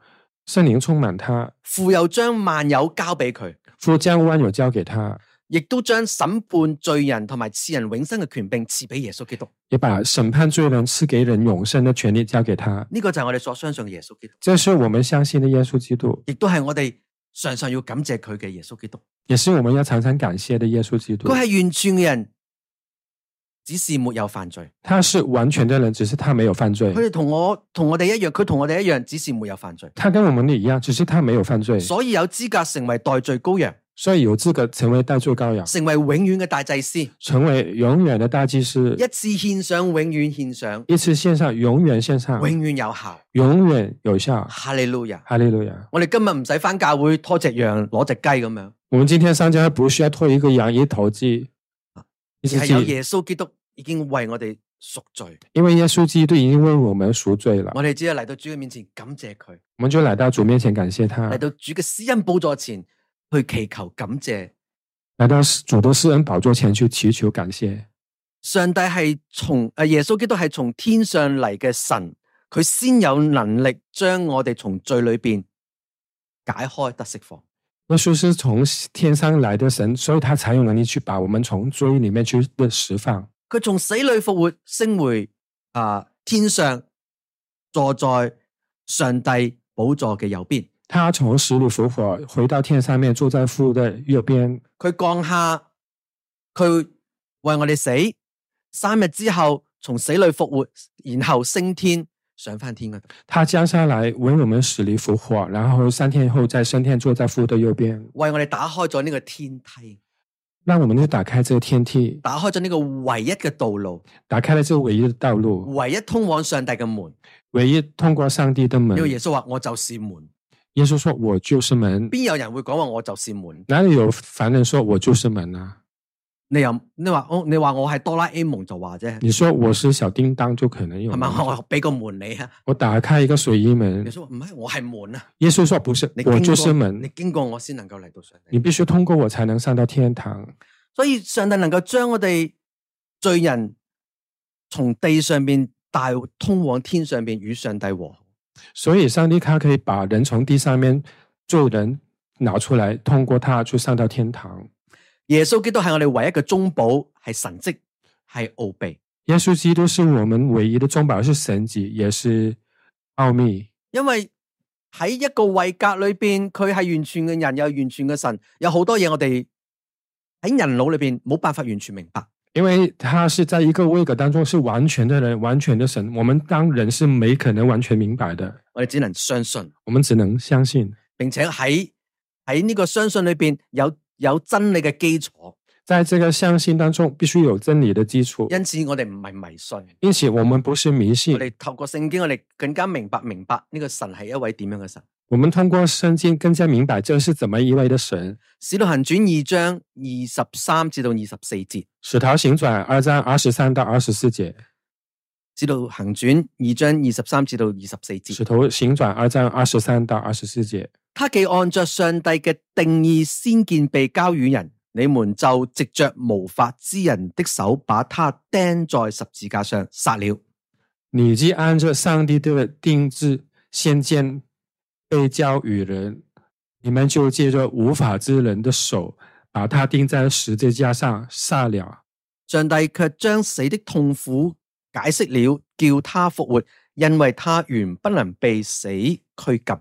Speaker 2: 圣灵充满他，
Speaker 1: 父又将万有交俾佢，
Speaker 2: 父将万有交给他，
Speaker 1: 亦都将审判罪人同埋赐人永生嘅权柄赐俾耶稣基督。
Speaker 2: 也把审判罪人赐给人永生的权利交给他。
Speaker 1: 呢、個个就系我哋所相信嘅耶稣基督，
Speaker 2: 这是我们相信的耶稣基督，
Speaker 1: 亦都系我哋常常要感谢佢嘅耶稣基督。
Speaker 2: 也是我们要常常感谢的耶稣基督。
Speaker 1: 佢系完全嘅人，只是没有犯罪。
Speaker 2: 他是完全的人，只是他没有犯罪
Speaker 1: 佢。哋同我同我哋一样，佢同我哋一样，只是没有犯罪，
Speaker 2: 他跟我们一样，只是他没有犯罪，
Speaker 1: 所以有资格成为代罪羔羊，
Speaker 2: 所以有资格成为代罪羔羊，
Speaker 1: 成为永远嘅大祭司，一
Speaker 2: 成为永远的大祭司。
Speaker 1: 次献上，永远献上，
Speaker 2: 一次线上，永远线上，
Speaker 1: 永远有效。
Speaker 2: 永远有效。
Speaker 1: 哈利路亚！
Speaker 2: 哈利路亚！
Speaker 1: 我哋今日唔使翻教会拖只羊攞只鸡咁样，
Speaker 2: 我们今天上家不需要拖一个羊一头鸡，一
Speaker 1: 而
Speaker 2: 只
Speaker 1: 系有
Speaker 2: 鸡，
Speaker 1: 耶稣基督已经为我哋赎罪，
Speaker 2: 因为耶稣基督已经为我们赎罪了，
Speaker 1: 我哋只系嚟到主嘅面前感谢佢，
Speaker 2: 我们就来到主面前感谢他
Speaker 1: 嚟，到主嘅施恩宝座前去祈求感谢。
Speaker 2: 来到主的施恩宝座前去祈求感谢。
Speaker 1: 上帝系从诶耶稣基督系从天上嚟嘅神，佢先有能力将我哋从罪里边解开得释放。
Speaker 2: 耶稣是从天上来的神，所以他才有能力去把我们从罪里面去的释放。
Speaker 1: 佢从死里复活，升回啊、天上，坐在上帝宝座嘅右边。
Speaker 2: 他从死里复活，回到天上面，坐在父的右边。
Speaker 1: 佢降下，佢为我哋死，三日之后从死里复活，然后升天上翻天嗰度，
Speaker 2: 他降下来为我们死里复活，然后三天以后再升天，坐在父的右边。
Speaker 1: 为我哋打开咗呢个天梯，
Speaker 2: 让我们去打开这个天梯，
Speaker 1: 打开咗呢个唯一嘅道路。
Speaker 2: 打开了这唯一的道路，
Speaker 1: 唯一通往上帝嘅门。
Speaker 2: 唯一通过上帝的门
Speaker 1: 因。为耶稣话我就是门，
Speaker 2: 耶稣说：“我就是门。
Speaker 1: 边有人会讲话我就是门？
Speaker 2: 哪里有凡人说我就是门啊？
Speaker 1: 你又你話我你話我係哆啦 A 夢就話啫，
Speaker 2: 你說我是小叮當就可能有
Speaker 1: 係。咪？我俾個門你啊！
Speaker 2: 我打開一個水衣門
Speaker 1: 耶，穌話唔係，我係門啊！
Speaker 2: 耶穌說不是
Speaker 1: 你，經
Speaker 2: 嗯我就是
Speaker 1: 過你
Speaker 2: 門，
Speaker 1: 經過我先能夠嚟到上
Speaker 2: 你
Speaker 1: 帝。
Speaker 2: 必須通過我才能上到天堂。
Speaker 1: 所以上帝能夠將我哋罪人從地上邊帶通往天上邊與上帝和好。
Speaker 2: 所以上帝他可以把人從地上面做人拿出來，通過他去上到天堂。
Speaker 1: 耶穌基督係我哋唯一嘅中保，係神蹟，係奧秘。
Speaker 2: 耶穌基督是我們唯一的中保，是神蹟，也是奧秘。
Speaker 1: 因為喺一個位格裏邊，佢係完全嘅人，又係完全嘅神，有好多嘢我哋喺人腦裏邊冇辦法完全明白。
Speaker 2: 因為他是在一個位格當中是完全的人，完全的神。我們當人是沒可能完全明白的，
Speaker 1: 我哋只能相信，
Speaker 2: 我們只能相信。
Speaker 1: 並且喺喺呢個相信裏邊有有真理嘅基礎，
Speaker 2: 在這個相信當中，必須有真理的基礎。
Speaker 1: 因此我哋唔係迷信。
Speaker 2: 因此，我們不是迷信
Speaker 1: 我，哋透過聖經，我哋更加明白明白呢個神係一位點樣嘅神。
Speaker 2: 我們通過聖經更加明白這是怎麼一位的神。
Speaker 1: 使徒行傳二章二十三至到二十四節，
Speaker 2: 使徒行傳二章二十三到二十四節，
Speaker 1: 使徒行傳二章二十三至到二十四節
Speaker 2: 使。徒行傳二章二十三到二十四節。
Speaker 1: 他既按着上帝嘅定義先見被交與人，你們就藉着無法之人的手把他釘在十字架上殺了。
Speaker 2: 你既按着上帝的定制先见被交与人，你们就借着无法之人的手，把他钉在十字架上杀了。
Speaker 1: 上帝卻將死的痛苦解釋了，叫他復活，因為他原不能被死拘禁。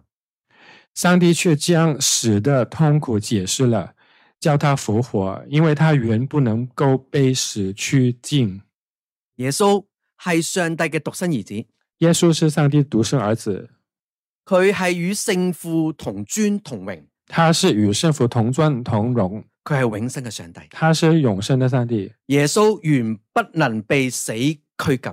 Speaker 2: 上帝却将死的痛苦解释了，叫他复活，因为他原不能够被死拘禁。
Speaker 1: 耶穌係上帝嘅獨生兒子，
Speaker 2: 耶稣是上帝独生儿子，
Speaker 1: 佢係與聖父同尊同榮，
Speaker 2: 他是与圣父同尊同荣，
Speaker 1: 佢係永生嘅上帝。
Speaker 2: 他是永生的上帝。
Speaker 1: 耶穌原不能被死拘禁，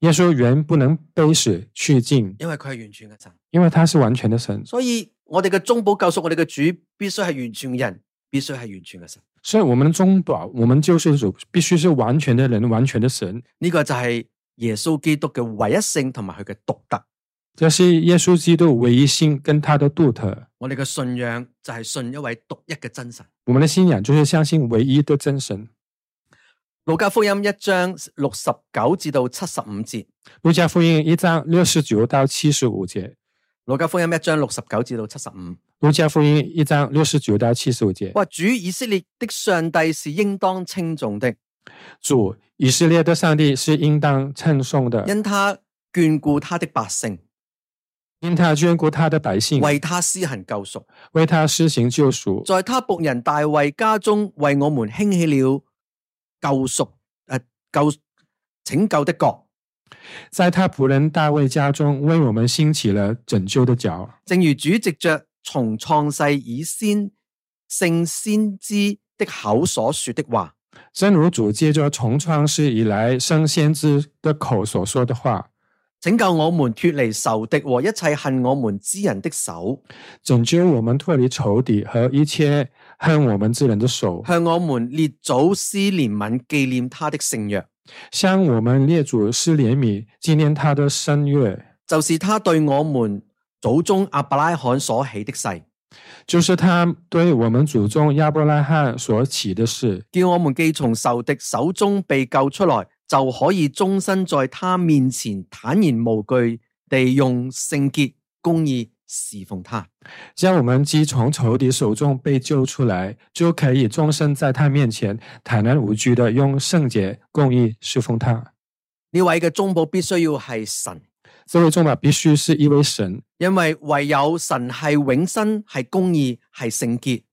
Speaker 2: 耶稣原不能被死拘禁，
Speaker 1: 因為佢係完全嘅神。
Speaker 2: 因为他是完全的神。
Speaker 1: 所以我哋嘅中保救赎，我哋嘅主必须系完全嘅人，必须系完全嘅神。
Speaker 2: 所以我们的中保，我们救世主必须是完全的人，完全的神。
Speaker 1: 呢、個个就系耶稣基督嘅唯一性同埋佢嘅独特。
Speaker 2: 这是耶稣基督唯一性跟他的独特。
Speaker 1: 我哋嘅信仰就系信一位独一嘅真神。
Speaker 2: 我们的信仰就是相信唯一的真神。
Speaker 1: 路加福音一章六十九至到七十五节，
Speaker 2: 路加福音一章六十九到七十五节，
Speaker 1: 路加福音一章六十九至到七十五，
Speaker 2: 路加福音一章六十九到七十五节，
Speaker 1: 話主以色列的上帝是應當稱重的，
Speaker 2: 主以色列的上帝是应当称颂的，
Speaker 1: 因他眷顧他的百姓，
Speaker 2: 因他眷顾他的百姓，
Speaker 1: 為他施行救贖。
Speaker 2: 为他施行救赎，
Speaker 1: 在他仆人大卫家中为我们兴起了救赎诶、呃救拯救的国，
Speaker 2: 在他仆人大卫家中为我们兴起了拯救的脚。
Speaker 1: 正如主藉着从创世以先圣先知的口所说的话，
Speaker 2: 正如主借着从创世以来圣先知的口所说的话，
Speaker 1: 拯救我们脱离仇敌和一切恨我们之人的手，
Speaker 2: 拯救我们脱离仇敌和一切恨我们之人的手，
Speaker 1: 向我们列祖施怜悯，纪念他的圣约，
Speaker 2: 向我们列祖施怜悯，纪念他的生月，
Speaker 1: 就是他对我们祖宗阿伯拉罕所起的誓，
Speaker 2: 就是他对我们祖宗亚伯拉罕所起的事，
Speaker 1: 叫我们既从仇敌手中被救出来，就可以终身在他面前坦然无惧地用圣洁、公义侍奉他。
Speaker 2: 将我们既从仇敌手中被救出来，就可以终身在他面前坦然无惧的用圣洁、公义侍奉他。
Speaker 1: 呢位嘅中保必须要系神，
Speaker 2: 这位中保必须是一位神，
Speaker 1: 因为唯有神系永生、系公义、系圣洁。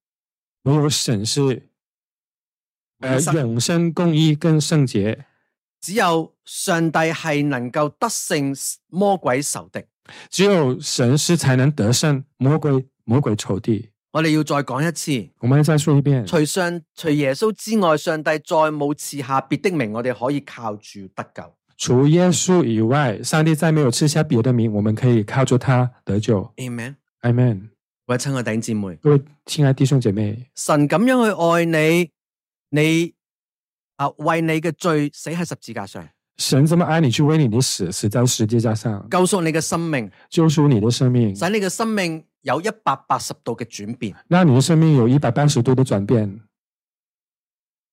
Speaker 2: 唯有神是，呃
Speaker 1: 永，生
Speaker 2: 永生公义跟圣洁，
Speaker 1: 只有上帝系能够得胜魔鬼仇敌。
Speaker 2: 只有神是才能得胜魔鬼魔鬼仇敌。
Speaker 1: 我哋要再讲一次，
Speaker 2: 我们再说一遍，
Speaker 1: 除上除耶稣之外，上帝再冇赐下别的名，我哋可以靠住得救。
Speaker 2: 除耶稣以外，上帝再没有赐下别的名，我们可以靠着他得救。
Speaker 1: Amen。
Speaker 2: Amen。
Speaker 1: 喂，亲爱弟兄姊妹。
Speaker 2: 各位亲爱弟兄姐妹，
Speaker 1: 神咁样去爱你，你啊為你嘅罪死喺十字架上，
Speaker 2: 神这么爱你，去为你的死死在十字架上，
Speaker 1: 救贖你嘅生命，
Speaker 2: 救赎你的生命，
Speaker 1: 使你嘅生命有一百八十度嘅轉變。
Speaker 2: 让你的生命有一百八十度的转变。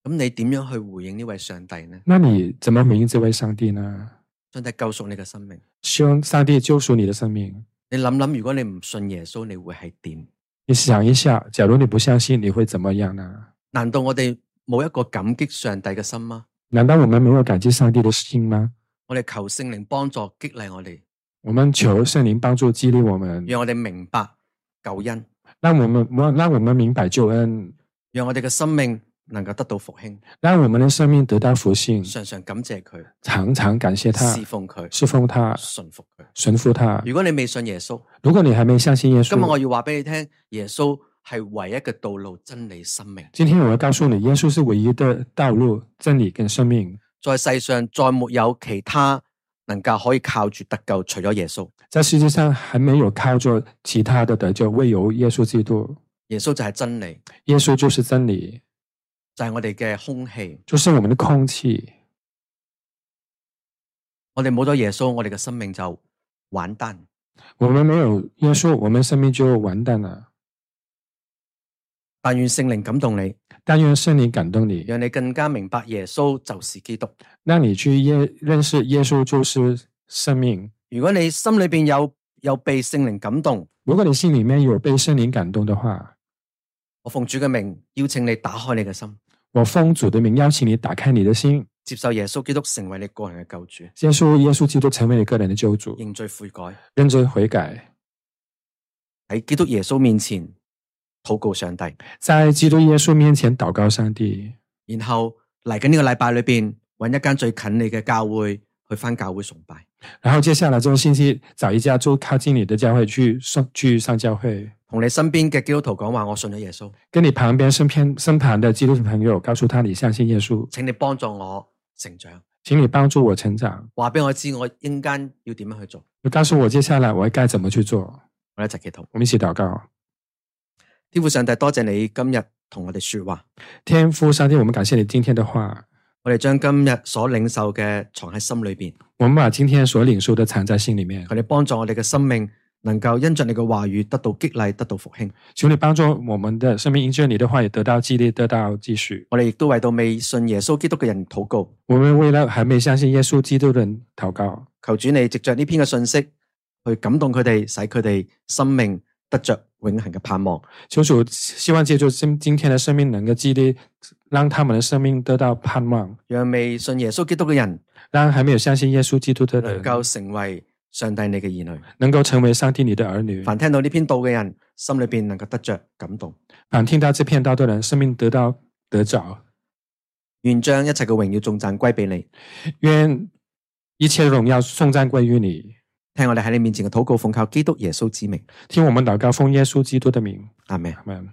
Speaker 1: 咁你點樣去回應呢位上帝呢？
Speaker 2: 那你怎么回应这位上帝呢？
Speaker 1: 上帝救贖你嘅生命，
Speaker 2: 希望上帝救赎你的生命。
Speaker 1: 你諗諗，如果你唔信耶穌，你會係點？
Speaker 2: 你想一下，假如你不相信，你会怎么样呢？
Speaker 1: 難道我哋冇一個感激上帝嘅心嗎？
Speaker 2: 难道我们没有感激上帝的心吗？
Speaker 1: 我哋求聖靈幫助激勵我哋，
Speaker 2: 我们求圣灵帮助激励我们，
Speaker 1: 讓我哋明白救恩，
Speaker 2: 让我们我让我们明白救恩，
Speaker 1: 讓我哋嘅生命能夠得到復興。
Speaker 2: 让我们的生命得到福幸。
Speaker 1: 常常感謝佢，
Speaker 2: 常常感谢他，
Speaker 1: 侍奉啊佢，
Speaker 2: 侍奉他，
Speaker 1: 信服佢。
Speaker 2: 顺服他。
Speaker 1: 如果你未信耶穌，
Speaker 2: 如果你还没相信耶稣，
Speaker 1: 今日我要話俾你聽，耶穌係唯一嘅道路、真理、生命。
Speaker 2: 今天我要告诉你，耶稣是唯一的道路、真理跟生命，
Speaker 1: 在世上再沒有其他能夠可以靠住得救，除咗耶穌。
Speaker 2: 在世界上还没有靠着其他的得救，唯有耶稣基督。
Speaker 1: 耶穌就係真理，
Speaker 2: 耶稣就是真理，
Speaker 1: 就係我哋嘅空氣。
Speaker 2: 就是我们的空气。
Speaker 1: 我哋冇咗耶穌，我哋嘅生命就玩單。
Speaker 2: 我们没有耶稣，我们生命就完蛋了。
Speaker 1: 但願聖靈感動你，
Speaker 2: 但愿圣灵感动你，
Speaker 1: 讓你更加明白耶穌就是基督。
Speaker 2: 让你去耶认识耶稣就是生命。
Speaker 1: 如果你心裏边有有被聖靈感動，
Speaker 2: 如果你心里面有被圣灵感动的话，
Speaker 1: 我奉主嘅名邀請你打開你嘅心，
Speaker 2: 我奉主的名邀请你打开你的心，
Speaker 1: 接受耶穌基督成為你個人嘅救主，
Speaker 2: 接受耶稣基督成为你个人的救主，
Speaker 1: 認罪悔改，
Speaker 2: 认真悔改，
Speaker 1: 喺基督耶穌面前禱告上帝。
Speaker 2: 在基督耶稣面前祷告上帝，
Speaker 1: 然後嚟緊呢個禮拜裏边，揾一間最近你嘅教會去翻教會崇拜，
Speaker 2: 然后接下来这个星期找一家就靠近你的教会去上去上教会，
Speaker 1: 同你身邊嘅基督徒講話：我信咗耶穌，
Speaker 2: 跟你旁边身边身旁的基督徒朋友告诉他你相信耶稣，
Speaker 1: 請你幫助我成長，
Speaker 2: 请你帮助我成长，
Speaker 1: 話俾我知我應間要點樣去做。
Speaker 2: 就告诉我接下来我该怎么去做。
Speaker 1: 我哋一齊祈禱。
Speaker 2: 我们一起祷告，
Speaker 1: 天父上帝，多謝你今日同我哋说話。
Speaker 2: 天父上帝，我们感谢你今天的话，
Speaker 1: 我哋將今日所領受嘅藏喺心裏边，
Speaker 2: 我们把今天所领受的藏在心里面
Speaker 1: 求。你幫助我哋嘅生命能夠因着你嘅話語得到激勵，得到復興。
Speaker 2: 求你帮助我们的生命，因着你的话也得到激励，得到继续。
Speaker 1: 我哋亦都為到未信耶穌基督嘅人禱告，
Speaker 2: 我们为了还没相信耶稣基督的人祷告，
Speaker 1: 求主你藉着呢篇嘅信息去感動佢哋，使佢哋生命得着永恒嘅盼望。
Speaker 2: 求主希望借助今今天的生命能够激励，让他们的生命得到盼望，
Speaker 1: 让未信耶稣基督嘅人
Speaker 2: 让还没有相信耶稣基督的
Speaker 1: 能
Speaker 2: 人
Speaker 1: 够成为上帝你嘅儿女。
Speaker 2: 能够成为上帝你的儿女。
Speaker 1: 凡听到呢篇道嘅人，心里边能够得着感动，
Speaker 2: 反听到这片道的人，生命得到得着。
Speaker 1: 愿将一切嘅荣耀重赞归俾你。
Speaker 2: 愿一切荣耀颂赞归于你。
Speaker 1: 听我哋喺你面前嘅祷告，奉靠基督耶稣之名，
Speaker 2: 听我们祷告，奉耶稣基督的名，
Speaker 1: 阿门。
Speaker 2: 阿门。